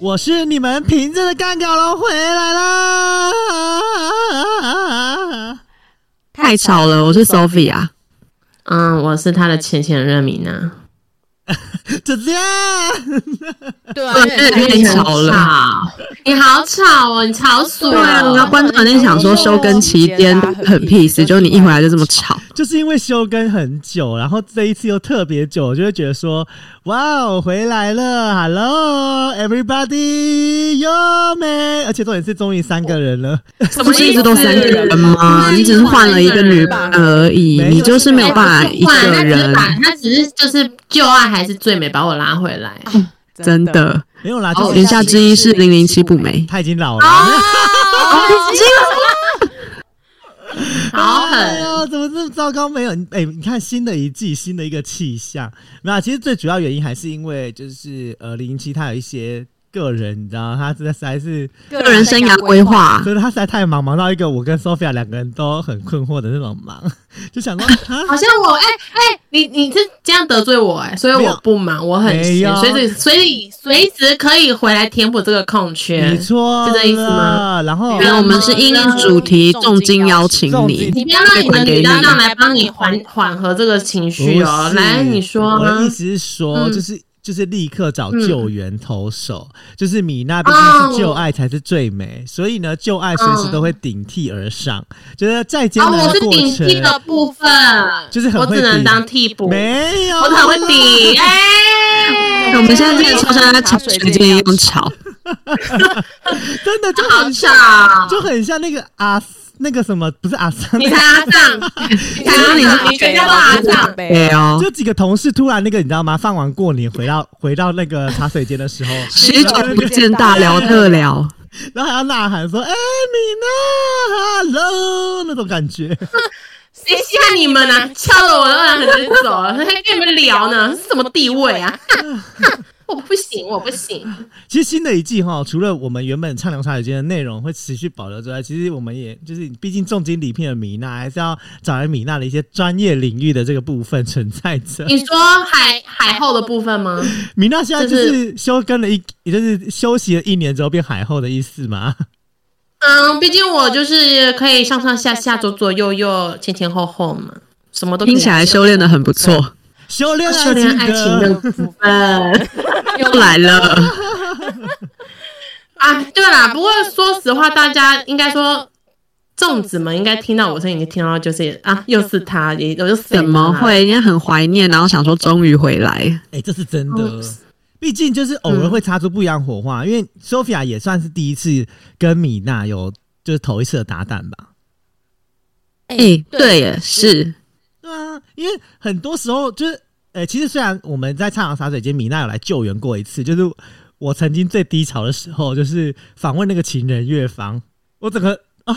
我是你们平日的干稿龙回来 啦！太吵了，我是啊 Sophia。嗯，我是他的前前任米娜。就这样，对啊，对因为太你吵了你好吵哦，你吵死我对啊，了。然后观众肯定想说休更期间很 peace，就你一回来就这么吵。就是因为休更很久，然后这一次又特别久，我就会觉得说，哇，我回来了，Hello everybody，优美，而且重点是终于三个人了，不是一直都三个人吗？你只是换了一个女伴而已，你就是没有办法一个人，他只是就是旧爱还是最美把我拉回来。 真的。没哦有啦，就是、言下之意是零零七不美。他已经老了。啊好哎狠，呦，怎么这么糟糕？没有，哎、你看新的一季，新的一个气象。没有啊，其实最主要原因还是因为就是呃，零零七他有一些个人，你知道，他真的实在是，个人生涯规，啊划，所以他实在太忙，忙到一个我跟 Sophia 两个人都很困惑的那种忙， 就 想说好啊，像我哎哎、你你是这样得罪我哎、所以没我有不忙，我很没有闲，随时随以随时可以回来填补这个空缺你。错了是这意思吗？然后没然有后我们是因应主题重金邀请你。你不要让你的女搭档来帮你缓缓和这个情绪不。哦是来，你说我的啊意思是说，嗯就是。就是立刻找救援投手，就是米娜毕竟是旧爱才是最哦美，所以呢，旧爱随时都会顶替而上，就是在艰啊，难我的是过顶程，替的部分，就是很我会只能顶当替补，我没有，啊很会顶。哎，我们现在这个超像在吵水间一样吵，真的就好很像， 吵，就很像那个阿斯那个什么，不是阿桑，你才 阿上，你才阿上，你全家都阿上。对哦，就几个同事突然那个你知道吗？放完过年回到回到那个茶水间的时候，许久不见，大聊特聊。然后还要呐喊说：“哎、米娜，hello！” 那种感觉。 谁稀罕你们啊？敲了我的二郎腿就走了，还跟你们聊呢，是什么地位啊？ 我不行，我不行。其实新的一季哈，除了我们原本畅聊茶水间的内容会持续保留之外，其实我们也就是毕竟重金礼聘的米娜，还是要找来米娜的一些专业领域的这个部分存在着。 你说海海后的部分吗？米娜现在就就是休更了一，也就是休息了一年之后变海后的意思 嘛？嗯，毕竟我就是可以上上下下、左左右右、前前后后嘛，什么都可以听起来修炼的很不错，修炼修爱炼情爱情的的。部分又来了。啊。对啦，不过说实话，大家应该说。粽子们应该听到我声音，就听到就是啊，又是他，也又是谁啊怎么？会？人家很怀念，然后想说终于回来，哎、这是真的。毕竟就是偶尔会擦出不一样火花，因为 Sophia 也算是第一次跟米娜有就是头一次的搭档吧。哎哎、对耶，是对啊，因为很多时候就是，呃，其实虽然我们在唱洒水间，米娜有来救援过一次，就是我曾经最低潮的时候，就是访问那个情人乐坊，我整个哦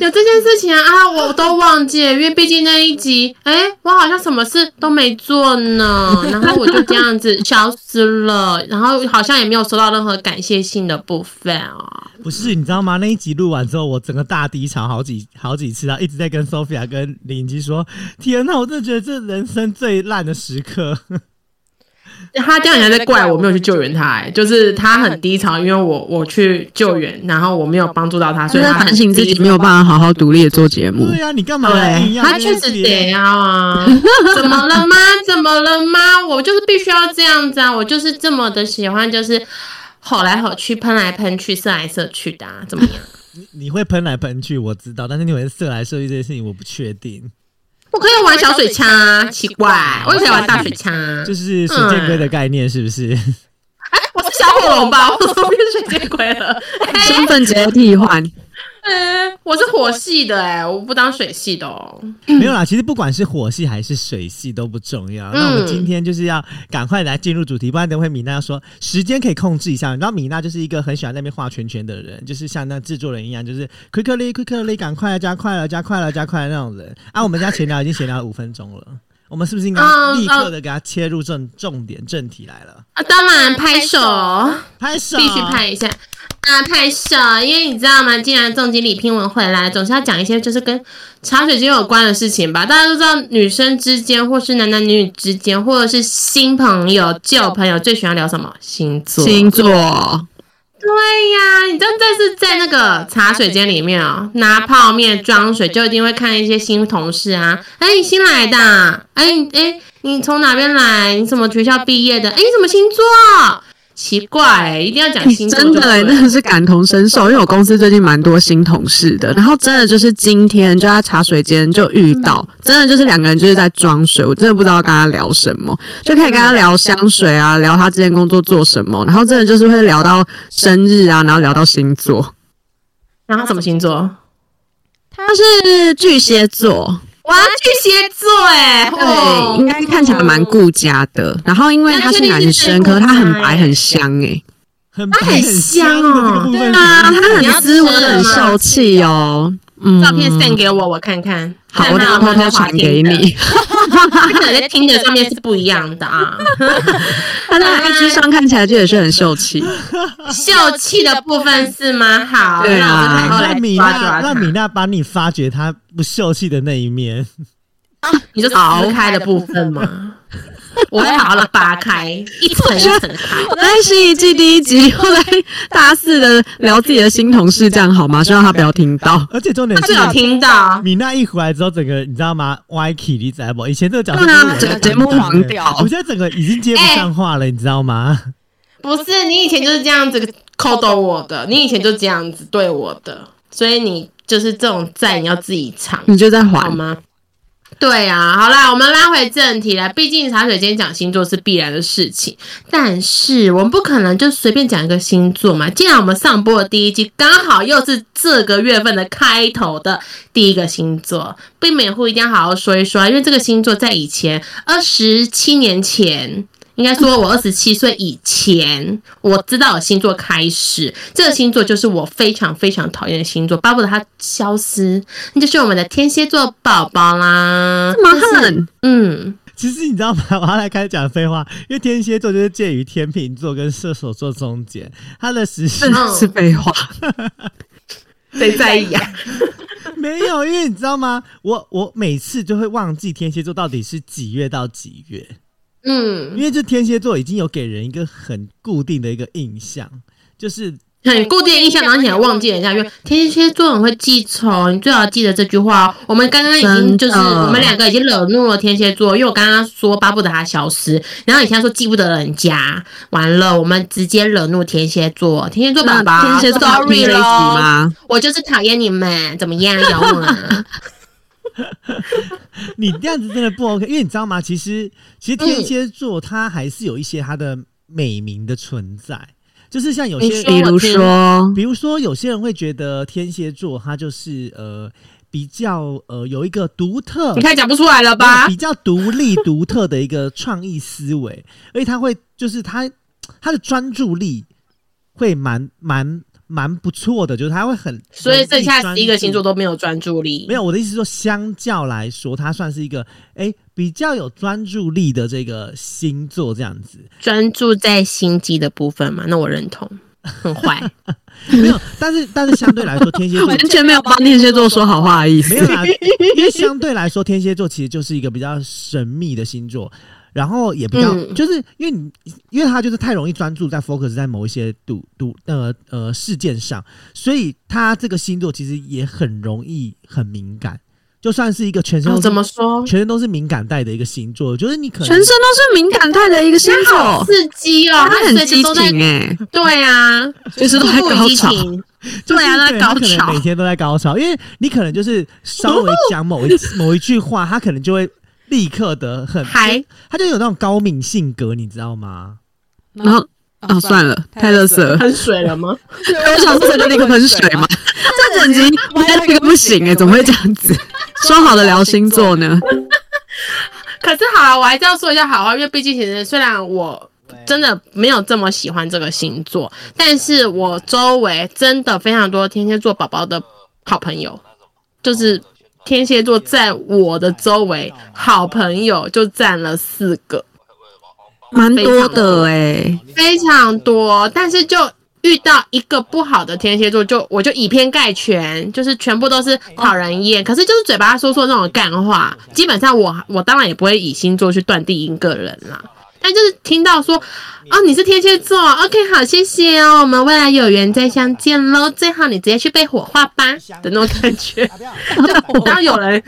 有这件事情啊，啊我都忘记了，因为毕竟那一集，哎、我好像什么事都没做 呢，然后我就这样子 消失了，然后好像也没有收到任何感谢信的部分哦。不是你知道吗？那一集录完之后，我整个大低潮好几好几次啊，一直在跟 Sophia 跟林基说，天啊呐，我真的觉得这人生最烂的时刻。他这样也在怪我没有去救援他、哎，就是他很低潮，因为我我去救援，然后我没有帮助到他，所就以在他很反省自己没有办法好好独立的做节目。对啊，你干嘛对硬要他这件确事实情？得要啊！怎么了吗？ 怎么了吗？我就是必须要这样子啊！我就是这么的喜欢，就是吼来吼去、喷来喷去、射来射去的、啊，怎么样？你会喷来喷去，我知道，但是你会射来射去这件事情，我不确定。 我可以玩小水枪啊，奇怪，我也可以玩大水枪啊。哎就是水箭龟的概念是不是？我是小火龙吧， 我说变水箭鬼了。身份直接替换。哎，我是火系的哎、我不当水系的哦。没有啦，其实不管是火系还是水系都不重嗯要。那我们今天就是要赶快来进入主题，不然等会米娜说时间可以控制一下。你知道米娜就是一个很喜欢在那边画圈圈的人，就是像那制作人一样，就是 quickly quickly 赶快加快了加快了加快了那种人。啊，我们家闲聊已经闲聊了五分钟了，我们是不是应该嗯立刻的给他切入正重点正题来了？啊，当然拍手，拍手，必须拍一下啊，拍手！因为你知道吗？既然总经理拼文回来，总是要讲一些就是跟茶水间有关的事情吧。大家都知道，女生之间，或是男男女女之间，或者是新朋友、旧朋友，最喜欢聊什么？星座。星座，对呀、你知道这是在那个茶水间里面哦，拿泡面装水就一定会看一些新同事啊。哎，你新来的啊？哎你哎，你从哪边来？你什么学校毕业的？哎，你什么星座？奇怪、一定要讲星座就真对的、了，欸、真的是感同身受，因为我公司最近蛮多新同事的，然后真的就是今天就在茶水间就遇到，真的就是两个人就是在装水，我真的不知道跟他聊什么，就可以跟他聊香水啊，聊他之前工作做什么，然后真的就是会聊到生日啊，然后聊到星座，然后什么星座？他是巨蟹座，哇，巨蟹座哎、对，应哦，该看起来蛮顾家的，然后因为他是男生，可是他很白很香诶、欸很它很香的这哦个部对分。啊，他你很要斯吃文，了很吗秀气哦。嗯，照片 send 给我，我看看。好，看我看有没有在等下偷偷滑传听给的，你。 他可能在听的上面是不一样的 啊。他在 IG 上看起来就也是很秀气，秀气的部分是吗？好，对那我啊们然抬头让来米抓抓娜，让米它。娜帮你发掘她不秀气的那一面。啊你就好撕开的部分吗？我会好好的扒开，一层一层地 开。我在新一季第一集，后来大四的聊自己的新同事，这样好吗？希望他不要听到。而且重点他是就，有听到，米娜一回来之后，整个你知道吗歪 k 你知道不？以前这个角色对啊都是我在整个节目担当的黄掉欸哎我现在整个已经接不上话了，你知道吗？ 不是你以前就是这样子扣逗我的，你以前就这样子对我的，所以你就是这种债你要自己偿，你就在好还，吗？对啊，好啦，我们拉回正题来。毕竟茶水间讲星座是必然的事情，但是我们不可能就随便讲一个星座嘛。既然我们上播的第一季刚好又是这个月份的开头的第一个星座，并免乎一定要好好说一说，因为这个星座在以前二十七年前。应该说，我二十七岁以前，我知道的星座开始，这个星座就是我非常非常讨厌的星座，巴不得它消失。那就是我们的天蝎座宝宝啦。这么恨，嗯，其实你知道吗？ 我要来开始讲废话，因为天蝎座就是介于天秤座跟射手座中间，它的时真序的是废 话。谁在意啊？ 没有，因为你知道吗？我我每次就会忘记天蝎座到底是几月到几月。嗯，因为这天蝎座已经有给人一个很固定的一个印象，就是很固定的印象，然后你还忘记人家，因为天蝎座很会记仇，你最好记得这句话哦。我们刚刚已经就是真的我们两个已经惹怒了天蝎座，因为我刚刚说巴不得他消失，然后你现在说记不得人家，完了我们直接惹怒天蝎座，天蝎座宝宝天蝎座要听，sorry 这一集咯，吗？我就是讨厌你们，怎么样，咬我啊？你这样子真的不 OK，因为你知道吗？其实其实嗯天蝎座它还是有一些它的美名的存在，就是像有些比如说，比如说，有些人会觉得天蝎座它就是呃比较呃有一个独特，你看讲不出来了吧比？较独立独特的一个创意思维，而且他会就是他他的专注力会蛮蛮蛮不错的，就是他会很所以剩下容易专十一个星座注都没有专注力，没有，我的意思是说，相较来说，它算是一个哎、比较有专注力的这个星座这样子。专注在心机的部分嘛，那我认同，很坏。没有，但是但是相对来说，天蝎 座 完全没有帮天蝎座说好话的意思没。有啦，因为相对来说，天蝎座其实就是一个比较神秘的星座，然后也比较、嗯就是因为你，因为他就是太容易专注在 focus 在某一些赌赌呃呃事件上，所以他这个星座其实也很容易很敏感，就算是一个全身都是、然后哦怎么说？全身都是敏感带的一个星座，就是你可全能身都是敏感带的一个星座，刺激哦，他很随激时都在情哎，对啊，就是都在步步高激潮。 情。就是对啊在高他可能潮每天都在高潮，因为你可能就是稍微讲某一某一句话，他可能就会立刻的很嗨，他就有那种高敏性格，你知道吗？ 然后啊，算了，太垃圾了。喷水了吗？ 我想说，就立刻喷水嘛。这整集歪了一个不行哎、怎么会这 样子？说好的聊星座呢？可是好了，啊我还是要说一下好话，因为毕竟其实虽然我真的没有这么喜欢这个星座，但是我周围真的非常多天蝎座宝宝的好朋友，就是天蝎座在我的周围好朋友就占了四个，蛮啊多的哎、非常多，但是就。遇到一个不好的天蝎座，就我就以偏概全，就是全部都是讨人厌。可是就是嘴巴说说那种干话，基本上我我当然也不会以星座去断定一个人啦。但就是听到说，哦，你是天蝎座，OK，好，啊谢谢哦，我们未来有缘再相见喽。最好你直接去被火化吧的那种感觉。就然后有人，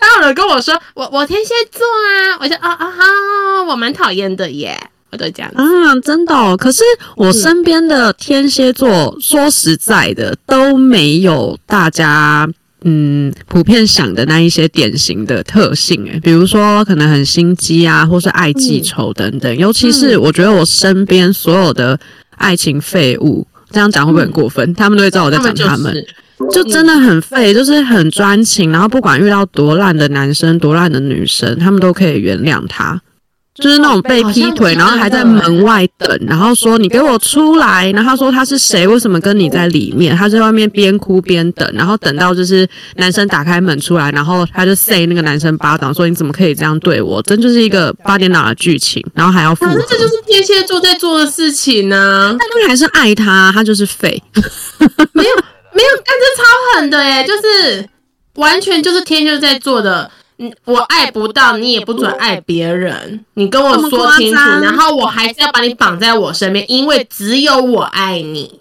然后有人跟我说，我我天蝎座啊，我就哦哦好，我蛮讨厌的耶，我就这样。啊，真的、哦。可是我身边的天蝎座，说实在的，都没有大家嗯普遍想的那一些典型的特性。诶，比如说可能很心机啊，或是爱记仇等嗯等。尤其是我觉得我身边所有的爱情废物，这样讲会不会很过分？他们都会知道我在嗯他讲们就他们。是。就嗯真的很废，就是很专情，然后不管遇到多烂的男生、多烂的女生，他们都可以原谅他。就是那种哦被劈腿，然后还在门外等，然后说你给我出来，然后他说他是谁，为什么跟你在里面？他在外面边哭边等，然后等到就是男生打开门出来，然后他就塞那个男生巴掌，说你怎么可以这样对我？真就是一个八点档的剧情，然后还要负可责是。啊这就是天蝎座在做的事情啊呢、但他还是爱他，他就是废。没有没有，但这超狠的耶，就是完全就是天蝎在做的。嗯，我爱不到你，也不准爱别人。你跟我说清这么楚，夸张然后我还是要把你绑在我身边，因为只有我爱你。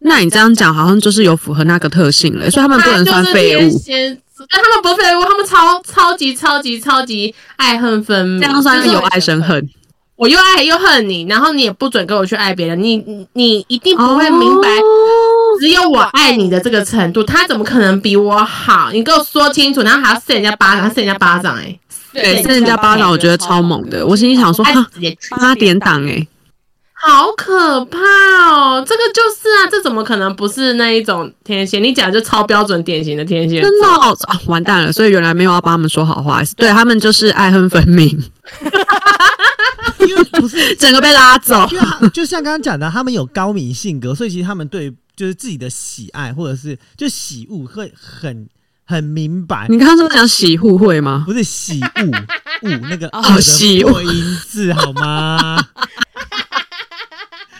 那你这样讲，好像就是有符合那个特性了，所以他们不能他算就是废天物。蝎座，但他们不是废物，他们超超级超级超级爱恨分明。这样算就是有爱生恨。我又爱又恨你，然后你也不准跟我去爱别人，你你你一定不会明白哦只有我爱你的这个程度，他怎么可能比我好？你跟我说清楚，然后还要扇人家巴掌，扇人家巴掌、欸，对，扇人家巴掌，我觉得超猛的。我心里想说，哎、哈，直接去，八点档哎，好可怕哦！这个就是啊，这怎么可能不是那一种天蝎？你讲就超标准典型的天蝎真，的哦啊，完蛋了！所以原来没有要帮他们说好话，对他们就是爱恨分明， 因为不是整个被拉走。因为他就像刚刚讲的，他们有高敏性格，所以其实他们对就是自己的喜爱或者是就喜恶会很很明白，你刚刚是不是讲喜互惠吗？不是 喜恶恶那个哦恶的喜恶破音字好吗？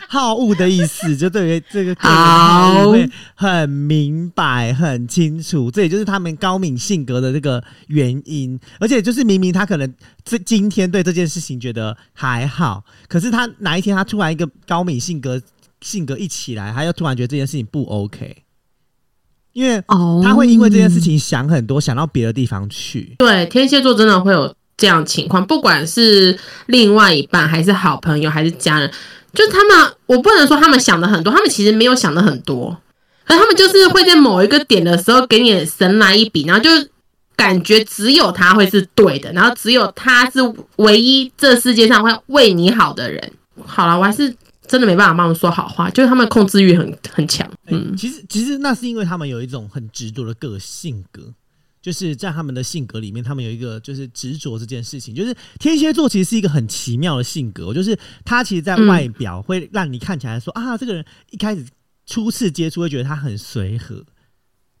好恶的意思，就对于这个个人好恶会很明白、很清楚，这也就是他们高敏性格的这个原因。而且就是明明他可能这今天对这件事情觉得还好，可是他哪一天他突然一个高敏性格性格一起来，他又突然觉得这件事情不 OK，因为哦，他会因为这件事情想很多，想到别的地方去。对，天蝎座真的会有这样情况，不管是另外一半，还是好朋友，还是家人，就他们，我不能说他们想的很多，他们其实没有想的很多，而他们就是会在某一个点的时候给你神来一笔，然后就感觉只有他会是对的，然后只有他是唯一这世界上会为你好的人。好了，我还是真的没办法帮他们说好话，就是他们控制欲很很强，嗯。嗯，其实其实那是因为他们有一种很执着的个性格，就是在他们的性格里面，他们有一个就是执着这件事情。就是天蝎座其实是一个很奇妙的性格，就是他其实在嗯外表会让你看起来说、啊，这个人一开始初次接触会觉得他很随和，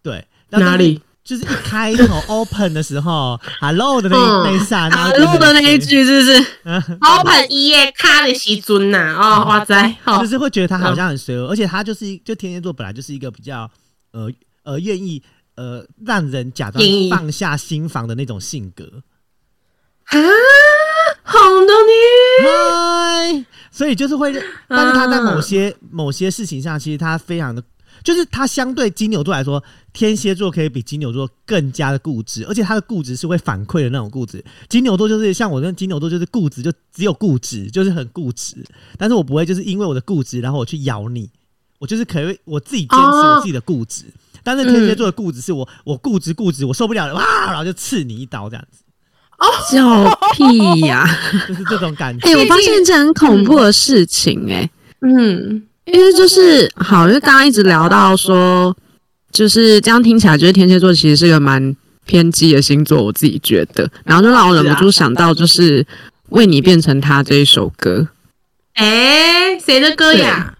对，然后哪里？就是一开头 open 的时候，hello 的那一、嗯那一刹那啊，就觉得录的那一句是不是？ open 一夜卡的时尊呐、哦，哇塞， 好、就是会觉得他好像很随和，而且他就是一就天蝎座本来就是一个比较呃呃愿意呃让人假装愿意放下心房的那种性格，啊，哄到你，嗨，所以就是会，但是他在某些、某些事情上，其实他非常的，就是他相对金牛座来说，天蝎座可以比金牛座更加的固执，而且他的固执是会反馈的那种固执。金牛座就是像我跟金牛座就是固执，就只有固执，就是很固执，但是我不会就是因为我的固执，然后我去咬你，我就是可以我自己坚持我自己的固执。但是天蝎座的固执是我，我固执固执，我受不了了，哇，然后就刺你一刀这样子。叫屁呀、就是这种感觉。哎、我发现这很恐怖的事情哎、嗯，因为就是好，因为刚刚一直聊到说，就是这样听起来，就是天蝎座其实是个蛮偏激的星座，我自己觉得，然后就让我忍不住想到就是《为你变成他》这一首歌，哎、谁的歌呀？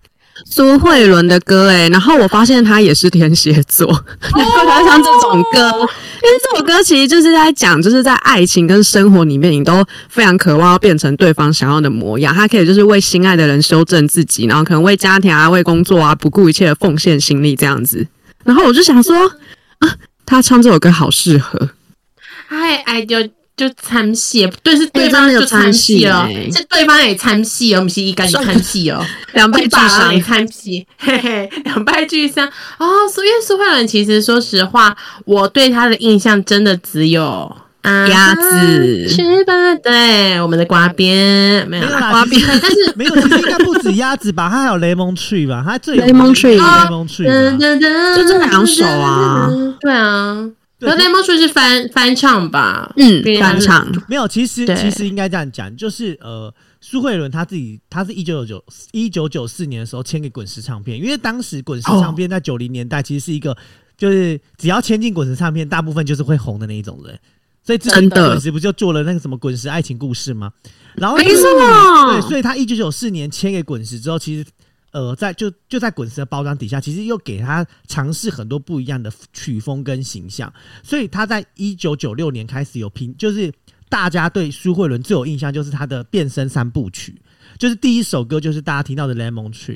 苏慧伦的歌哎、然后我发现她也是天蝎座，哦难怪她唱这种歌，因为这首歌其实就是在讲，就是在爱情跟生活里面，你都非常渴望要变成对方想要的模样。他可以就是为心爱的人修正自己，然后可能为家庭啊、为工作啊，不顾一切的奉献心力这样子。然后我就想说，啊，他唱这首歌好适合，嗯哎哎，就就参戏，对，是对方真的有就参戏哦参戏，是对方也参戏哦，不是一个人参戏哦。两败一俱把伤也。看戏，嘿嘿，两败俱伤。哦，所以苏慧伦其实说实话，我对她的印象真的只有啊鸭子去吧，对我们的瓜边 没没有有啦。啦，其实但 是没有，其实应该不止鸭子吧，它还有雷蒙 tree 吧，它最有 Lemon Tree 雷蒙 tree 吧。就就这两首啊，对啊。对然后 Lemon Tree 是翻翻唱吧？嗯对，啊翻唱没有，其实对其实应该这样讲，就是呃，苏慧伦她自己，她是一九九九一九九四年的时候签给滚石唱片，因为当时滚石唱片在九零年代其实是一个，就是只要签进滚石唱片，大部分就是会红的那一种人。所以之前真的滚石不就做了那个什么滚石爱情故事吗？然后没就是错对，所以他一九九四年签给滚石之后，其实呃，在就就在滚石的包装底下，其实又给他尝试很多不一样的曲风跟形象。所以他在一九九六年开始有拼，就是大家对苏慧伦最有印象就是她的变身三部曲，就是第一首歌就是大家听到的《Lemon Tree》。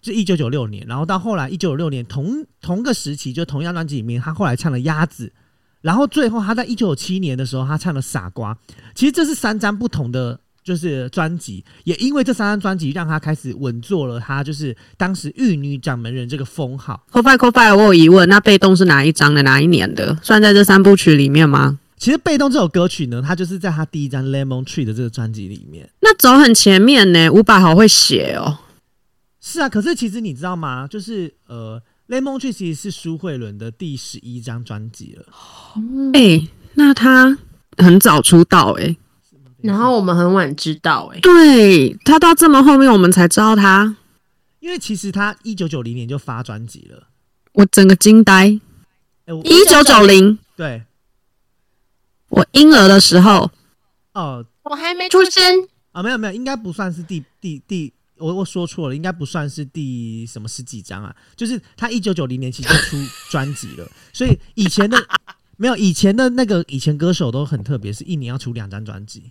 就一九九六年，然后到后来一九九六年同同个时期，就同样专辑里面，他后来唱了《鸭子》，然后最后他在一九九七年的时候，他唱了《傻瓜》，其实这是三张不同的就是专辑，也因为这三张专辑让他开始稳坐了他就是当时玉女掌门人这个封号。扣 o f i o f i 我有疑问，那被动是哪一张的？哪一年的？算在这三部曲里面吗？其实《被动》这首歌曲呢，它就是在他第一张《Lemon Tree》的这个专辑里面。那走很前面呢，伍佰好会写哦。是啊，可是其实你知道吗？就是呃，《Lemon Tree》其实是苏慧伦的第十一张专辑了。哎、那他很早出道哎、然后我们很晚知道，哎，对他到这么后面我们才知道他，因为其实他一九九零年就发专辑了。我整个惊呆。哎、我一九九零，对我婴儿的时候，哦我还没出生啊，没有没有，应该不算是第第第，我我说错了，应该不算是第什么十几张啊，就是他一九九零年其实就出专辑了，所以以前的没有以前的那个以前歌手都很特别，是一年要出两张专辑，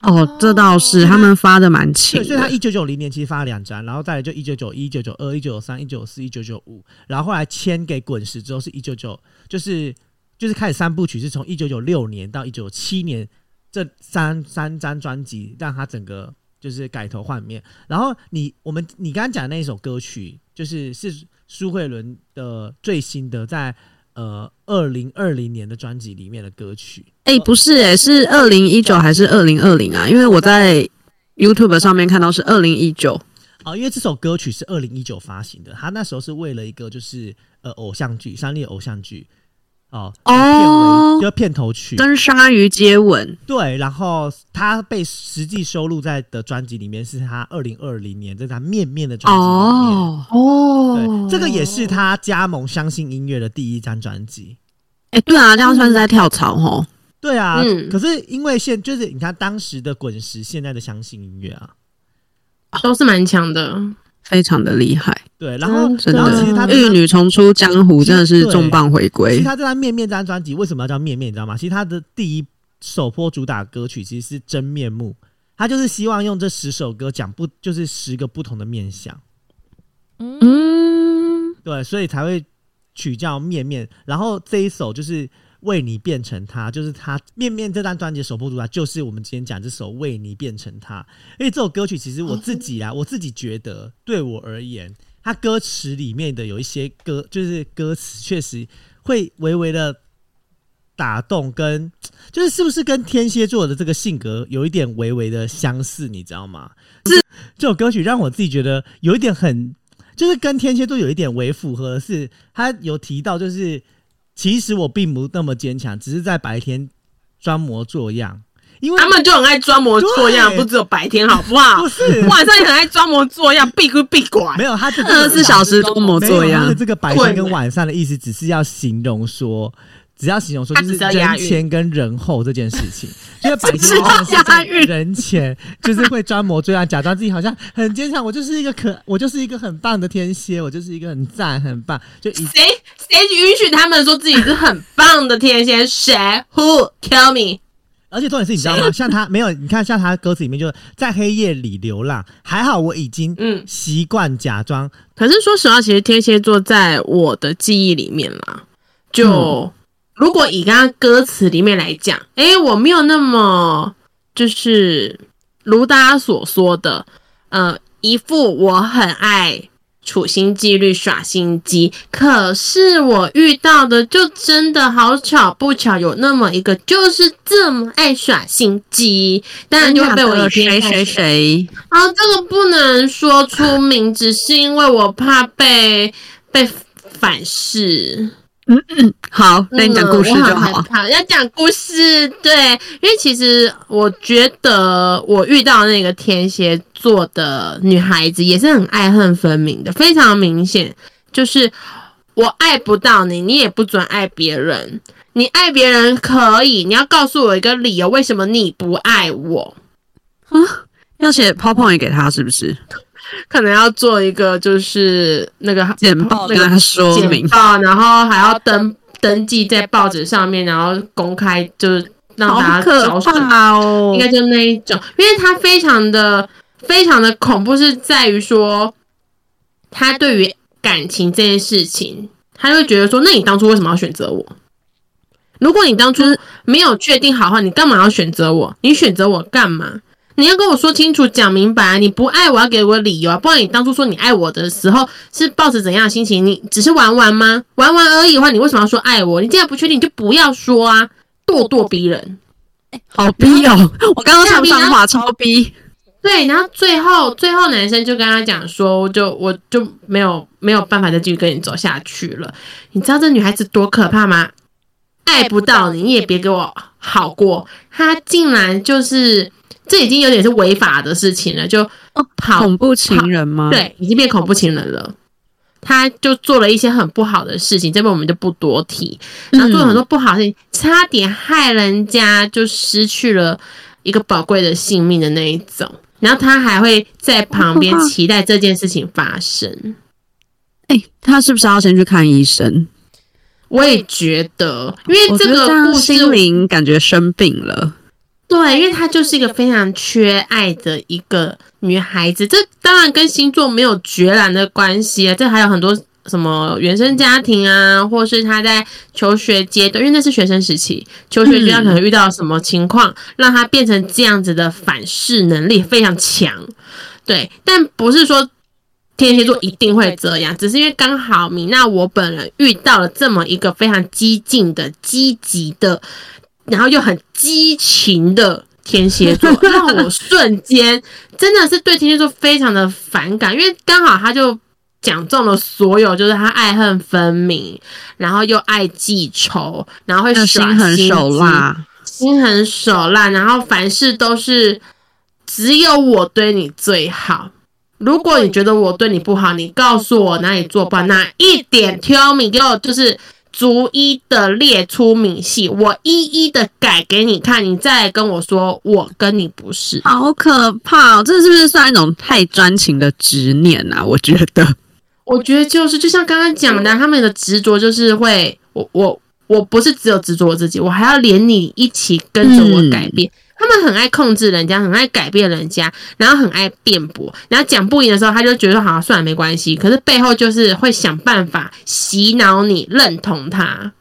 哦，这倒是他们发的蛮勤对，所以他的。一九九零年其实发了两张，然后再来就一九九一、一九九二、一九九三、一九四、一九九五，然后后来签给滚石之后是一九九，就是就是开始三部曲是从一九九六年到一九九七年这三三张专辑让他整个就是改头换面。然后你我们你刚刚讲的那一首歌曲，就是是苏慧伦的最新的在呃二零二零年的专辑里面的歌曲。哎、不是哎、是二零一九还是二零二零啊？因为我在 YouTube 上面看到是二零一九。哦，因为这首歌曲是二零一九发行的，他那时候是为了一个就是呃偶像剧，三立偶像剧哦，哦片尾就片头曲，跟鲨鱼接吻，对，然后他被实际收录在的专辑里面是他二零二零年这张《面面》的专辑里面。哦，哦对，这个也是他加盟相信音乐的第一张专辑。哎、对啊，这样算是在跳槽哦。对啊，嗯可是因为现就是你看当时的滚石，现在的相信音乐啊，都是蛮强的。非常的厉害，对，然后嗯真然后其实他的，这张玉女重出江湖真的是重磅回其归实。他这张《面面》这张专辑为什么要叫《面面》，你知道吗？其实他的第一首播主打歌曲其实是《真面目》，他就是希望用这十首歌讲不就是十个不同的面相，嗯，对，所以才会取叫面面。然后这一首就是为你变成他，就是他面面这张专辑的首播主打，就是我们今天讲这首为你变成他。因哎为这首歌曲其实我自己啊，我自己觉得对我而言，它歌词里面的有一些歌，就是歌词确实会微微的。打动跟就是是不是跟天蝎座的这个性格有一点微微的相似，你知道吗？是这首歌曲让我自己觉得有一点很就是跟天蝎座有一点为符合的是，他有提到就是，其实我并不那么坚强，只是在白天装模作样，因为他们就很爱装模作样，对不只有白天好不好不？是晚上也很爱装模作样，闭归闭管没。有他这个二十四小时多模没有作他样的，这个白天跟晚上的意思，只是要形容说。只要形容说，他就只是是要押人韵前跟人后这件事情，就是白天只是要这件事情押韵人前就是会装模作样，假装自己好像很坚强，我就是一个可，我就是一个很棒的天蝎，我就是一个很赞很棒，就一谁谁允许他们说自己是很棒的天蝎？谁？Who tell me？而且重点是，你知道吗？像他没有，你看像他歌词里面就是在黑夜里流浪，还好我已经嗯习惯假装，可是说实话，其实天蝎座在我的记忆里面啦，就、嗯如果以刚刚歌词里面来讲，诶、我没有那么就是如大家所说的，呃，一副我很爱处心积虑耍心机，可是我遇到的就真的好巧不巧，有那么一个就是这么爱耍心机，当然就会被我一偏谁谁谁，啊，这个不能说出名，只是因为我怕被被反噬。好，那你讲故事嗯我就很好啊害。怕要讲故事，对，因为其实我觉得我遇到那个天蝎座的女孩子也是很爱恨分明的，非常明显，就是我爱不到你，你也不准爱别人。你爱别人可以，你要告诉我一个理由，为什么你不爱我？要写 PowerPoint 给他是不是？可能要做一个就是那个简报那跟个他说明简，报，然后还要登登记在报纸上面，然后公开，就是让大好家可找手，怕哦应！该就那一种，因为他非常的非常的恐怖，是在于说他对于感情这件事情，他就会觉得说，那你当初为什么要选择我？如果你当初没有确定好的话，你干嘛要选择我？你选择我干嘛？你要跟我说清楚、讲明白啊、你不爱我要给我理由啊！不然你当初说你爱我的时候是抱着怎样的心情？你只是玩玩吗？玩玩而已的话，你为什么要说爱我？你既然不确定，你就不要说啊！咄咄逼人。 好逼哦！我刚刚上脏话，超逼。对，然后最后最后男生就跟他讲说，就我就没有没有办法再继续跟你走下去了。你知道这女孩子多可怕吗？爱不到你，你也别给我好过。她竟然就是这已经有点是违法的事情了，就跑恐怖情人吗？，对，已经变恐怖情人了。他就做了一些很不好的事情，这边我们就不多提。嗯然后做了很多不好的事情，差点害人家就失去了一个宝贵的性命的那一种。然后他还会在旁边好可怕期待这件事情发生。哎、他是不是要先去看医生？我也觉得，因为我觉哎这得这个样故事心灵感觉生病了。对，因为她就是一个非常缺爱的一个女孩子，这当然跟星座没有决然的关系啊，这还有很多什么原生家庭啊，或是她在求学阶段，因为那是学生时期，求学阶段可能遇到什么情况，让她变成这样子的反噬能力非常强。对，但不是说天蝎座一定会这样，只是因为刚好米娜我本人遇到了这么一个非常激进的、积极的，然后又很激情的天蝎 座，让我瞬间真的是对天蝎座非常的反感，因为刚好他就。讲中了所有，就是他爱恨分明，然后又爱记仇，然后会那耍心狠机手辣，心狠手辣，然后凡事都是只有我对你最好。如果你觉得我对你不好，你告诉我哪里做不好，哪一点挑你给我就是逐一的列出明细，我一一的改给你看，你再来跟我说我跟你不是。好可怕、哦！这是不是算一种太专情的执念啊？我觉得我觉得就是就像刚刚讲的，他们的执着就是会，我我我不是只有执着我自己，我还要连你一起跟着我改变。他们很爱控制人家，很爱改变人家，然后很爱辩驳，然后讲不赢的时候，他就觉得好、算了没关系，可是背后就是会想办法洗脑你认同他，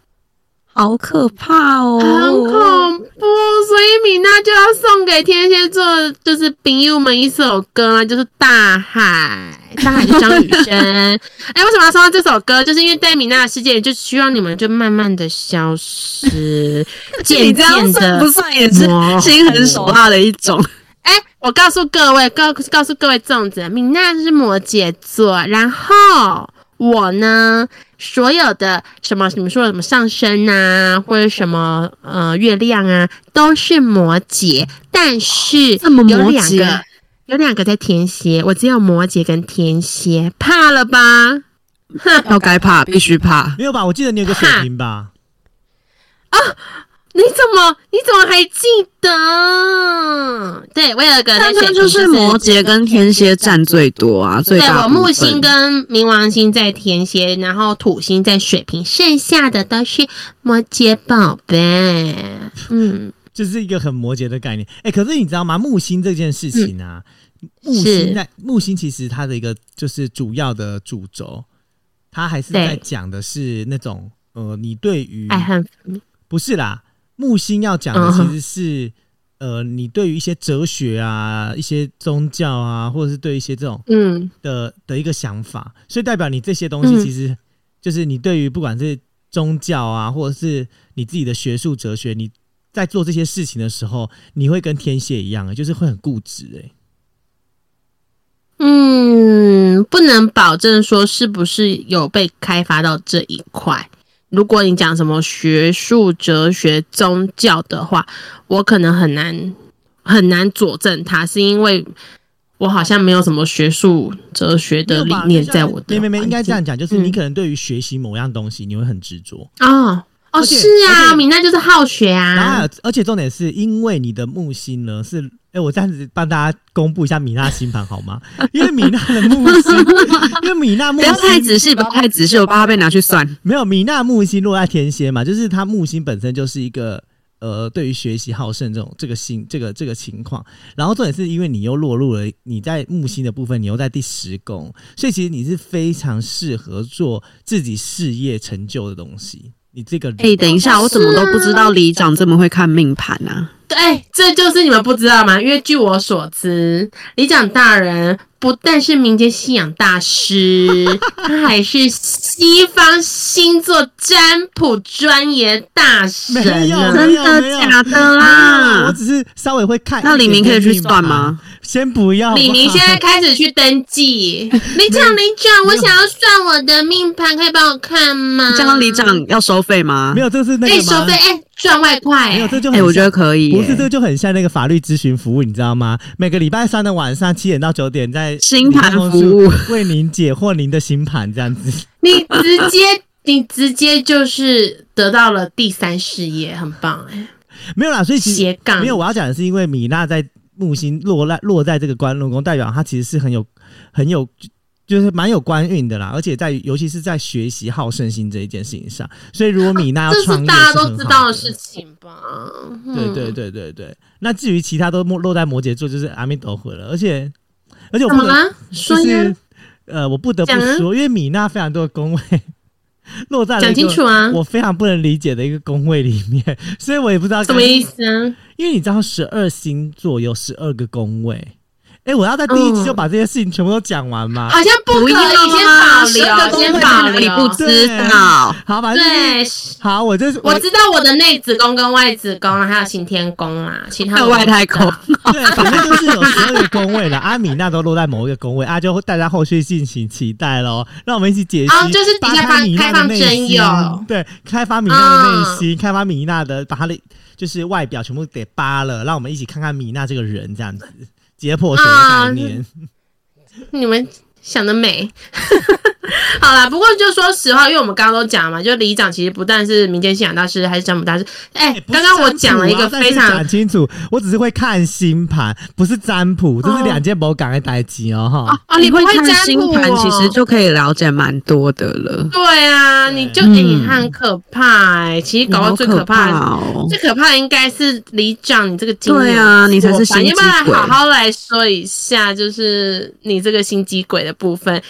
好可怕哦！很恐怖。所以米娜就要送给天蝎座就是朋友们一首歌啊，就是《大 海》，大海是张雨生。哎，为什么要送到这首歌？就是因为在米娜的世界里，就希望你们就慢慢的消 失，你渐这样渐算不的。算也是模糊心狠手辣的一种？哎，我告诉各位，告告诉各位粽子，米娜是摩羯座，然后我呢，所有的什么你们说的什么上升啊，或者什么呃月亮啊，都是摩羯，但是哦这么有摩两羯个有两个在天蝎，我只有摩羯跟天蝎，怕了吧？要该怕，必须怕。没有吧？我记得你有个水瓶吧？你怎么你怎么还记得？对我有一个在但水它瓶就是摩羯跟天蝎占最多啊，最对大我部木分星跟冥王星在天蝎，然后土星在水瓶，剩下的都是摩羯宝贝。嗯，就是一个很摩羯的概念。哎、可是你知道吗？木星这件事情啊，木嗯是星在木星其实它的一个就是主要的主轴，它还是对在讲的是那种呃，你对于爱恨不是啦，木星要讲的哎嗯哼其实是、呃，你对于一些哲学啊、一些宗教啊，或者是对一些这种嗯的的一个想法，所以代表你这些东西嗯其实就是你对于不管是宗教啊，或者是你自己的学术哲学，你在做这些事情的时候，你会跟天蝎一样，就是会很固执哎、嗯，不能保证说是不是有被开发到这一块。如果你讲什么学术、哲学、宗教的话，我可能很难很难佐证它，是因为我好像没有什么学术、哲学没的理有吧念就像在我的没没没，应该环这境样讲，就是你嗯可能对于学习某样东西，你会很执着，哦哦，而且是而啊，且米娜就是好学然后还啊，有，而且重点是因为你的木星呢是，哎、我这样子帮大家公布一下米娜星盘好 吗？因为米娜的木星，因为米娜木不要太星仔细，不要太仔细，我怕它被拿去算。没有米娜木星落在天蝎嘛，就是她木星本身就是一个呃，对于学习好胜这种这个星这个这个情况。然后重点是因为你又落入了你在木星的部分，你又在第十宫，所以其实你是非常适合做自己事业成就的东西。你这个人哎、等一下，我怎么都不知道里长这么会看命盘啊？对，哎这就是你们不知道吗？因为据我所知，李长大人不但是民间信仰大师， 他还是西方星座占卜专业大神啊呢、没有真的假的啊，我啦？只是稍微会看。那李明可以去算吗？？先不要。李明好不现好在开始去 登记。李长，李长，我想要算我的命盘，可以帮我看吗？这样里长要收费吗没？有，这是那哎、个收吗费，？哎，赚外快、没有，这就哎、很我觉像得可以耶、不是，这就很像那个法律咨询服务，你知道吗？每个礼拜三的晚上七点到九点，在星盘你办公服室务为您解惑您的星盘，这样子。 你直接，你直接就是得到了第三事业，很棒哎、没有啦，所以其斜实杠没有。我要讲的是，因为米娜在木星落在落在这个官禄宫，代表她其实是很有很有。就是蛮有官运的啦，而且在于尤其是在学习好胜心这一件事情上，所以如果米娜要 这创业是大家是都很知好道的的事嗯情吧？对对对对对。那至于其他都落在摩羯座，就是阿弥陀佛了。而且，而且我怎不么得啦？就说呀是，呃，我不得不讲啊说，因为米娜非常多的宫位落在了讲一清个楚啊！我非常不能理解的一个宫位里面，所以我也不知道什么该意思啊？因为你知道十二星座有十二个宫位。哎、我要在第一集嗯啊就把这些事情全部都讲完吗？好像不可以，先保这留，个先东保西你留不。知道。好，反正就是对，好，我就是我知道我的内子宫跟外子宫，还有刑天宫啦，其他还有我外太不知道 空。对，反正就是有十二个宫位了。阿米娜都落在某一个宫位，啊，就大家后续进行期待喽。让我们一起解析，哦就是扒比较开放米娜开的放内真嗯心友对，开发米娜的内心，开发米娜的，把她的就是外表全部给扒了，让我们一起看看米娜这个人这样子。解剖学的嗯概念，你们想得美。 好啦，不过就说实话，因为我们刚刚都讲嘛，就里长其实不但是民间信仰大师，还是占卜大师。哎、哎不是刚刚我占卜讲了一啊个再非次常讲清楚，我只是会看星盘，不是占卜，这是哦两件不赶的代际哦哈。哦，你不会占看卜星盘，哦其实就可以了解蛮多的了。对啊，你就嗯哎、你很可怕哎、其实搞到好最可怕的。哦！ 最可怕的应该是里长，你这个经理对啊你才是心机要不要来鬼好好来说一下，就是你这个心机鬼的部分？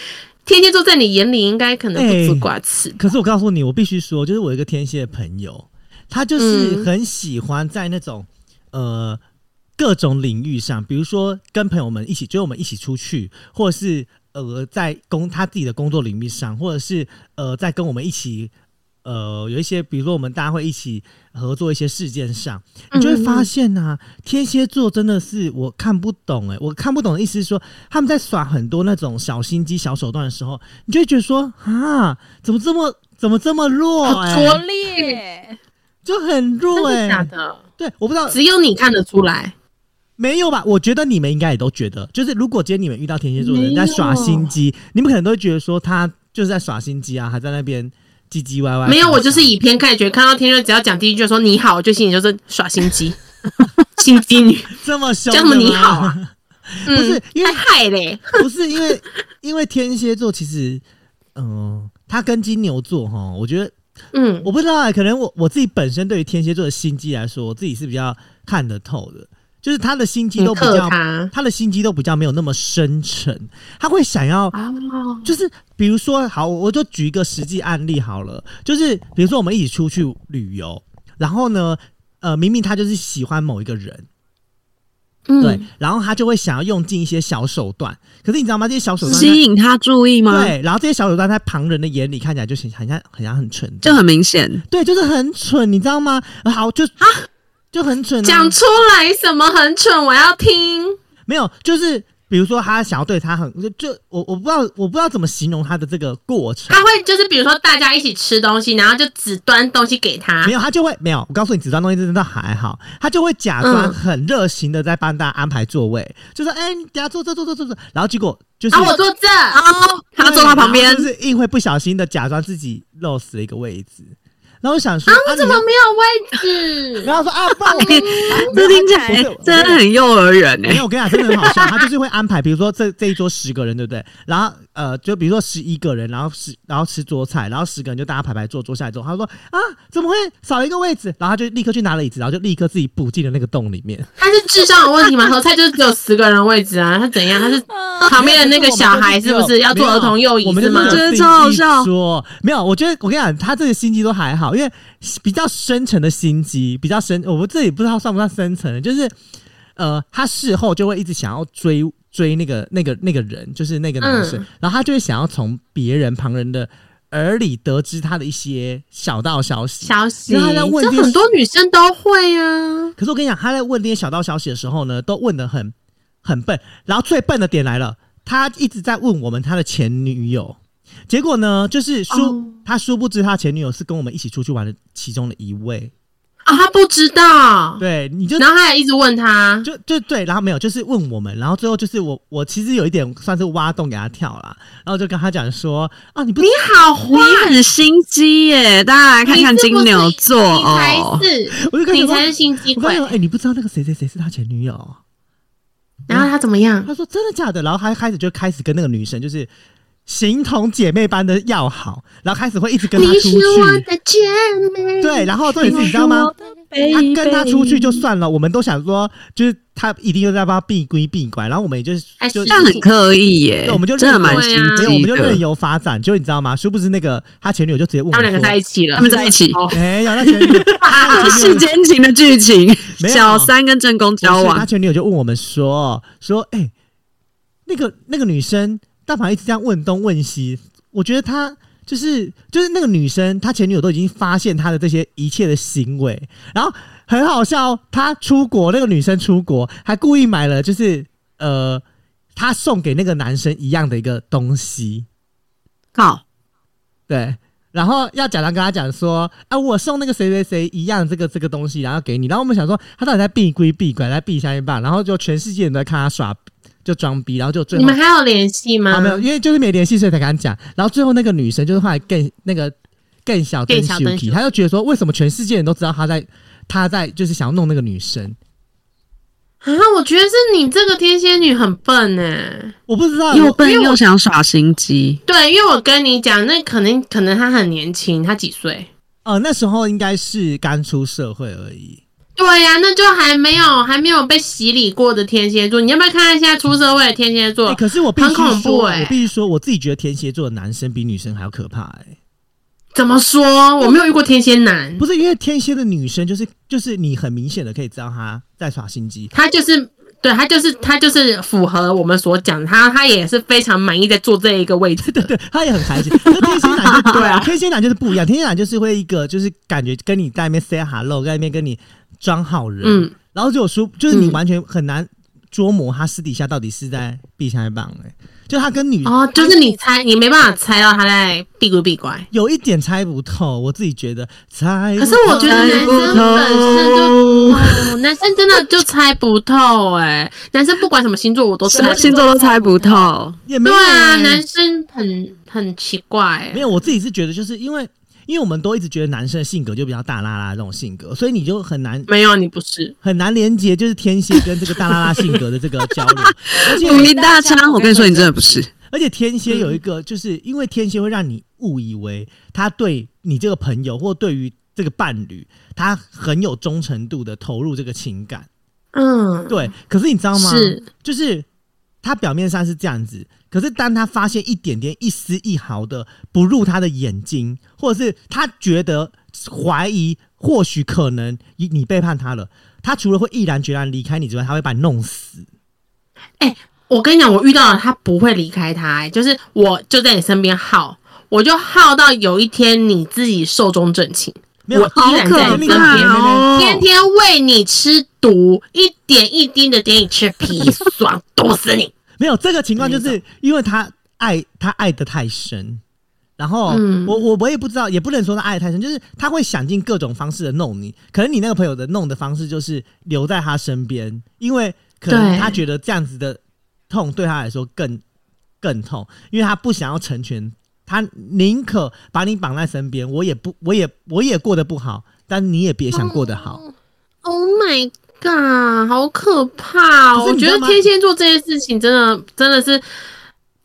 天蝎座在你眼里应该可能不哎足挂齿。可是我告诉你，我必须说，就是我有一个天蝎的朋友，他就是很喜欢在那种、呃各种领域上，比如说跟朋友们一起，就是我们一起出去，或者是呃在工他自己的工作领域上，或者是呃在跟我们一起。呃有一些，比如说我们大家会一起合作一些事件上，你就会发现啊，天蝎座真的是我看不懂哎、我看不懂的意思是说他们在耍很多那种小心机、小手段的时候，你就会觉得说啊，怎么这么怎么这么弱、哦哎欸，拙劣，就很真弱哎、的假的？对，我不知道只有你看得出来，没有吧？我觉得你们应该也都觉得，就是如果今天你们遇到天蝎座的人没有在耍心机，你们可能都会觉得说他就是在耍心机啊，还在那边唧唧歪歪。没有，我就是以偏概全，看到天蝎只要讲第一句说你好，我就心里就是耍心机，心机女，这么凶，叫什么你好啊？ 不嗯，是因为太害嘞， 不是因为因为天蝎座其实，嗯、他跟金牛座哈，我觉得嗯，我不知道哎、可能我我自己本身对于天蝎座的心机来说，我自己是比较看得透的，就是他的心机你都比克较他他的心机都比较没有那么深沉，他会想要哦，就是比如说，好，我我就举一个实际案例好了，就是比如说我们一起出去旅游，然后呢，呃，明明他就是喜欢某一个人，嗯对，，然后他就会想要用尽一些小手段，可是你知道吗？这些小手段在吸引他注意吗？对，然后这些小手段在旁人的眼里看起来就很很像很像很蠢，就很明显，对，就是很蠢，你知道吗？呃好，就啊就很蠢、啊，讲出来什么很蠢，我要听。没有，就是比如说他想要对他很就就我我不知道我不知道怎么形容他的这个过程。他会就是比如说大家一起吃东西，然后就只端东西给他没，有，他就会没有。我告诉你，纸张东西真的还好，他就会假装嗯很热情的在帮大家安排座位，就说：“哎、你等下坐这坐这坐这。”然后结果就是，啊啊然后我坐这，哦，他坐他旁边然后，就是硬会不小心的假装自己 lost 了一个位置。然后我想说，啊，我怎么没有位置？然后说啊，不然哎我 这听起不来是真的很幼儿园没哎有，。我跟你讲，真的很好笑。他就是会安排，比如说这这一桌十个人，对不对？然后呃，就比如说十一个人，然后十然后吃桌菜，然后十个人就大家排排坐，坐下来之后，他说啊，怎么会少一个位置？然后他就立刻去拿了椅子，然后就立刻自己补进了那个洞里面。 他是智商有问题吗？合菜就是只有十个人位置啊，他怎样？他是旁边的那个小孩是不是要坐儿童右我椅们是就吗？是是觉得超好笑说没有，我觉得我跟你讲，他这个心机都还好，因为比较深层的心机，比较深，我们这也不知道算不算深层，就是呃，他事后就会一直想要追追那个那个那个人，就是那个男生，嗯然后他就会想要从别人旁人的耳里得知他的一些小道消息。小喜，然后他在问这这些很多女生都会啊。可是我跟你讲，他在问那些小道消息的时候呢，都问的很很笨。然后最笨的点来了，他一直在问我们他的前女友。结果呢，就是殊、他殊不知他前女友是跟我们一起出去玩的其中的一位。啊、他不知道，对，你就然后他也一直问他，就就对，然后没有，就是问我们，然后最后就是我我其实有一点算是挖洞给他跳啦，然后就跟他讲说啊，你不你好坏，你很心机耶！大家来看看你是金不是牛座哦你才，是，我就跟你说才是心机我跟鬼你。说，哎、你不知道那个谁谁谁是他前女友哦。然后他怎么样？他说真的假的？然后他开始就开始跟那个女生就是形同姐妹般的要好，然后开始会一直跟她你出是我 去。的姐妹。对，然后重点是你知道吗？他跟她出去就算了，我们都想说，就是他一定又在帮她避规避拐，然后我们也就是还就使这样很刻意耶对，我们就真的蛮对心啊没有，我机们就任 的。由发展。就你知道吗？殊不知那个他前女友就直接问我他们两个说哎 在一起了，他们在一起，哦没有，他前女友啊世间情的剧情，没有小三跟正宫交不是他往，前女友就问我们说说，哎、那个那个女生，大凡一直这样问东问西，我觉得她就是就是那个女生，她前女友都已经发现她的这些一切的行为，然后很好笑哦，她出国，那个女生出国还故意买了，就是呃，她送给那个男生一样的一个东西，靠，对。然后要假装跟他讲说，啊，我送那个谁谁谁一样这个这个东西，然后给你。然后我们想说，他到底在避规避拐，在避下一半，然后就全世界人都在看他耍，就装逼，然后就最你后们还有联系啊吗？没有，因为就是没联系，所以才敢讲。然后最后那个女生就是后来更那个更小更更小小更气，小她就觉得说，为什么全世界人都知道她在她在就是想要弄那个女生？啊，我觉得是你这个天蝎女很笨哎、我不知道，又嗯我笨又想耍心机，对，因为我跟你讲，那可能可能她很年轻，她几岁？呃那时候应该是刚出社会而已。对呀、那就还没有还没有被洗礼过的天蝎座，你要不要看看现在出社会的天蝎座？哎、可是我必须很恐怖说，欸我必须说，我自己觉得天蝎座的男生比女生还要可怕哎、怎么说？我没有遇过天蝎男，不是因为天蝎的女生，就是就是你很明显的可以知道她在耍心机， 他就是对他就是他就是符合我们所讲，他他也是非常满意在做这一个位置的。对，他也很开心。那天蝎男就对啊天蝎男就是不一样，天蝎男就是会一个就是感觉跟你在那边 say hello，在那边跟你装好人，嗯，然后就有说就是你嗯完全很难捉摸他私底下到底是在避开棒哎、就他跟女、哦，就是你猜，你没办法猜到他在避鬼避拐。有一点猜不透，我自己觉得猜不透。可是我觉得男生本身就，哦、男生真的就猜不透哎、男生不管什么星座我都什猜么不透。星座都猜不透。也没对有、啊，欸男生很很奇怪、没欸，有，我自己是觉得就是因为。因为我们都一直觉得男生的性格就比较大拉拉这种性格，所以你就很难没有你不是，很难连接，就是天蝎跟这个大拉拉性格的这个交流。而且五一大枪，我跟你说，你真的不是。而且天蝎有一个，就是因为天蝎会让你误以为他对你这个朋友或对于这个伴侣，他很有忠诚度的投入这个情感。嗯，对，可是你知道吗？是就是他表面上是这样子，可是当他发现一点点、一丝一毫的不入他的眼睛，或者是他觉得怀疑，或许可能你你背叛他了，他除了会毅然决然离开你之外，他会把你弄死。我跟你讲，我遇到了他不会离开他、欸，就是我就在你身边耗，我就耗到有一天你自己寿终正寝，没有，啊我依然在我你跟身你讲边，好可怕哦天天喂你吃毒，一点一滴的给你吃砒霜，毒死你。没有这个情况，就是因为他爱他爱的太深，然后、嗯我我我也不知道，也不能说他爱的太深，就是他会想尽各种方式的弄你。可能你那个朋友的弄的方式就是留在他身边，因为可能对他觉得这样子的痛对他来说更更痛，因为他不想要成全，他宁可把你绑在身边，我也不我也我也过得不好，但你也别 想过得好。 Oh my god，好可怕、哦！可是我你知觉道得吗天蝎座这件事情真的真的是，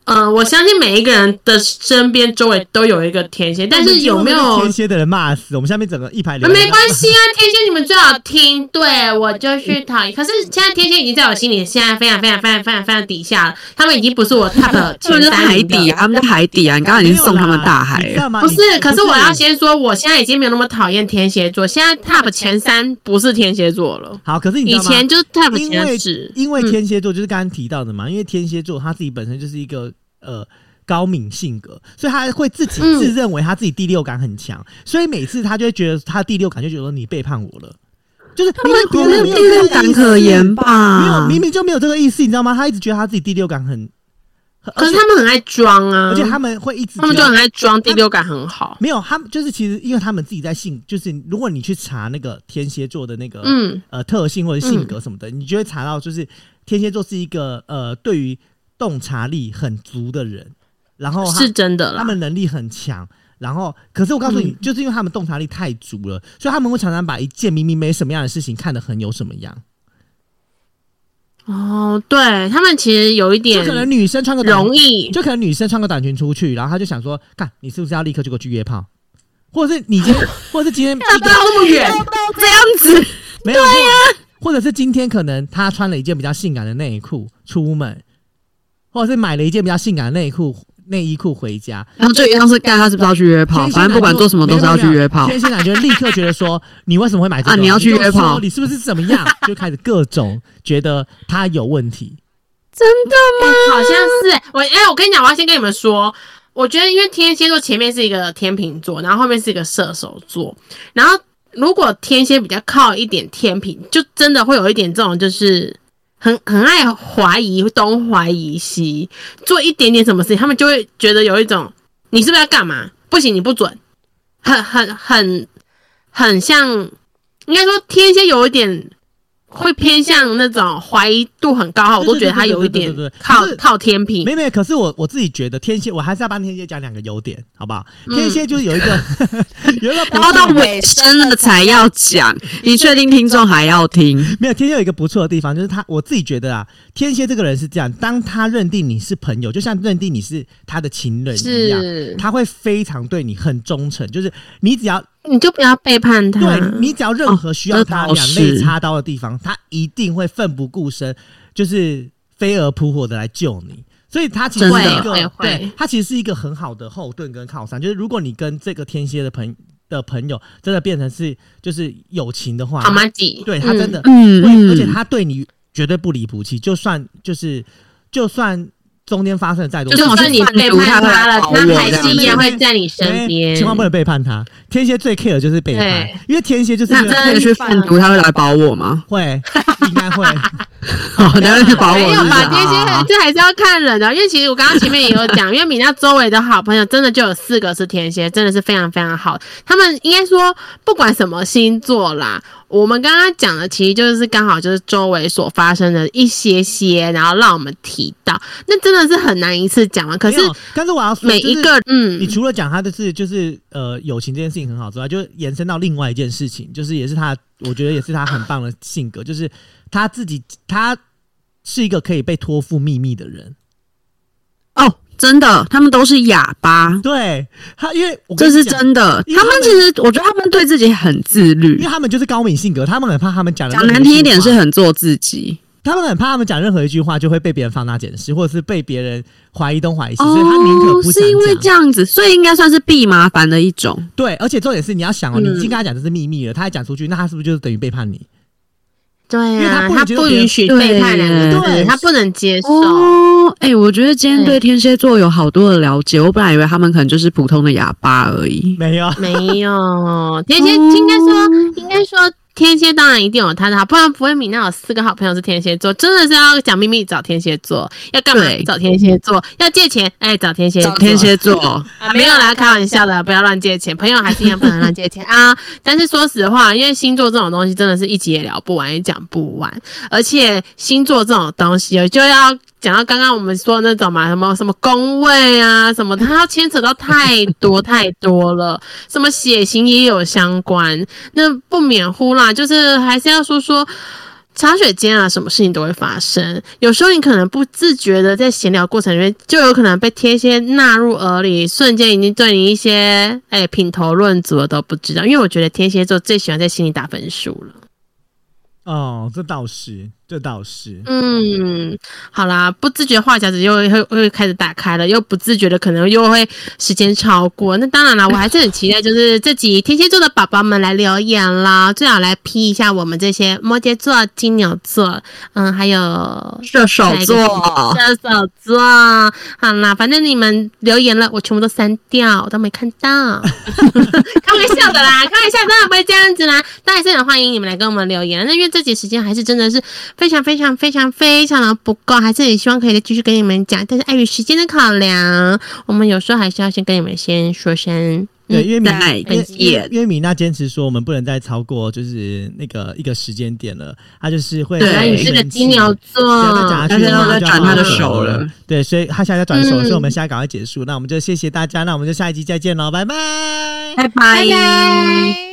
呃，我相信每一个人的身边周围都有一个天蝎，但是有没我们被有天蝎的人骂死？我们下面整个一排留言没关系啊，天蝎你们最好听，对我就是讨厌。可是现在天蝎已经在我心里，现在非常非常非常非常非常底下了，他们已经 不是我 top 他们前在三海名底的。啊，他们在海底啊！你刚刚已经送他们大海没有啦你知了。道吗？不是，你可是我要先说，我现在已经没有那么讨厌天蝎座，现在 top 前三不是天蝎座了，好，可是你知以道吗前就是 top 因为前十。因为嗯天蝎座就是刚刚提到的嘛，因为天蝎座他自己本身就是一个呃高敏性格，所以他会自己嗯自认为他自己第六感很强，所以每次他就会觉得他第六感就觉得说你背叛我了，就是他们明好明别没有人没第有这个六意感思可言没有吧？明明就没有这个意思，你知道吗？他一直觉得他自己第六感很，很可是他们很爱装啊，而且他们会一直他们觉就得很爱装，第六感很好。没有，他们就是其实，因为他们自己在性，就是如果你去查那个天蝎座的那个嗯呃特性或者性格什么的，你就会查到，就是天蝎座是一个呃对于洞察力很足的人，然后哦他是真的他啦。嗯们能力很强，然后可是我告诉你，就是因为他们洞察力太足了，所以他们会常常把一件明明没什么样的事情看得很有什么样，哦，对他们其实有一就点可能女生穿个短容易，就可能女生穿个短裙出去，然后她就想说，干你是不是要立刻就给我去约炮，或者是你今 天，或者是今天要到那么远，这样子，没有对啊呀、或者是今天可能他穿了一件比较性感的内裤出门，或者是买了一件比较性感的内裤内衣裤回家，然后就一样是干，他是不是要去约炮？天蝎反正不管男就做什么都是要去约炮没。有没有没有天蝎男就会立刻觉得说你为什么会买这个 啊你要去约炮你跟我说你是不是怎么样？就开始各种觉得他有问 题。好像是我哎、我跟你讲，我要先跟你们说，我觉得因为天蝎座前面是一个天秤座，然后后面是一个射手座，然后如果天蝎比较靠一点天平，就真的会有一点这种就是。很很爱怀疑东怀疑西，做一点点什么事情，他们就会觉得有一种你是不是要干嘛？不行，你不准，很很很很像，应该说天蝎有一点会偏向那种怀疑度很高，我都觉得他有一点对对对对对对对靠可是靠天平。没没，可是我我自己觉得天蝎，我还是要帮天蝎讲两个优点，好不好？嗯天蝎就是有一个 有一个不然后到尾声了才要讲，你确定听众还要听？没有，天蝎有一个不错的地方，就是他我自己觉得啊，天蝎这个人是这样，当他认定你是朋友，就像认定你是他的情人一样，是，他会非常对你很忠诚，啊哦就是嗯你只要你就不要背叛他。对你只要任何需要哦他这倒两是肋插刀的地方，他一定会奋不顾身，就是飞蛾扑火的来救你。所以他其实是一真的个，会对会他其实是一个很好的后盾跟靠山。就是如果你跟这个天蝎的朋的朋友真的变成是就是友情的话，好吗？几对他真的嗯会，而且嗯，他对你绝对不离不弃，就算就是就算中间发生了再多事就是情，就算你背叛他了，就是他还是一样会在你身边。哎千万不能背叛他。天蝎最 care 的就是背叛对，因为天蝎就是那真的去贩毒，他会来保我吗？会应该 会，好，他会去保我。没有吧？是不天是蝎这还是要看人的，因为其实我刚刚前面也有讲，因为米娜周围的好朋友真的就有四个是天蝎，真的是非常非常好。他们应该说不管什么星座啦，我们刚刚讲的其实就是刚好就是周围所发生的一些些，然后让我们提到，那真的是很难一次讲完。可是没有但是我要说每一。就是个，嗯，你除了讲他的是就是呃友情这件事情很好之外，就延伸到另外一件事情，就是也是他，我觉得也是他很棒的性格，就是他自己他是一个可以被托付秘密的人。哦，真的，他们都是哑巴，对他，因为我跟这你是讲，真的。因为他他们们其实，我觉得他们对自己很自律因为，他们就是高敏性格，他们很怕他们讲的讲任何难听一句点话是很做自己。他们很怕他们讲任何一句话就会被别人放大检视，或者是被别人怀疑东怀疑西，所以他宁可哦，不是因为想这讲。样子，所以应该算是避麻烦的一种。对，而且重点是你要想哦，你已经嗯跟他讲这是秘密了，他还讲出去，那他是不是就是等于背叛你？因对为他啊，不能他接受不别人允许背叛两个对字，他不能接受。哦，哎、我觉得今天对对天蝎座有好多的了解。我本来以为他们可能就是普通的哑巴而已。哦没 有，没有，天蝎应该说，应该说天蝎当然一定有他的好，不然不会米娜有四个好朋友是天蝎座，真的是要讲秘密找天蝎座，要干嘛对找天蝎座，要借钱哎找天蝎座找天蝎座，啊，没有啦，开玩笑的，不要乱借钱，朋友还是一样不能乱借 钱啊。但是说实话，因为星座这种东西真的是一集也聊不完，也讲不完，而且星座这种东西就要。讲到刚刚我们说的那种嘛，什么什么宫位啊，什么它要牵扯到太多太多了，什么血型也有相关，那不免乎啦，就是还是要说说茶水间啊，什么事情都会发生。有时候你可能不自觉的在闲聊过程里面，就有可能被贴一些纳入耳里，瞬间已经对你一些哎品头论足了都不知道。因为我觉得天蝎座最喜欢在心里打分数了。哦，这倒是，这倒是，嗯，好啦，不自觉话匣子又会会开始打开了，又不自觉的可能又会时间超过。那当然啦，我还是很期待，就是这集天蝎座的宝宝们来留言啦，最好来批一下我们这些摩羯座、金牛座，嗯，还有射手座，射手座，好啦，反正你们留言了，我全部都删掉，我都没看到。开玩笑的啦，开玩笑，当然不会这样子啦。当然是很欢迎你们来跟我们留言。那因为这集时间还是真的是非常非常非常非常的不够，还是很希望可以再继续跟你们讲，但是碍于时间的考量，我们有时候还是要先跟你们先说声。对，因为米在因为再见因为因为米娜坚持说我们不能再超过就是那个一个时间点了，她就是会对原来你是个金牛座，大啊但是要再转他的手了。对，所以他现在在转手了，嗯所以我们现在赶快结束。那我们就谢谢大家，那我们就下一集再见喽，拜拜。拜拜拜。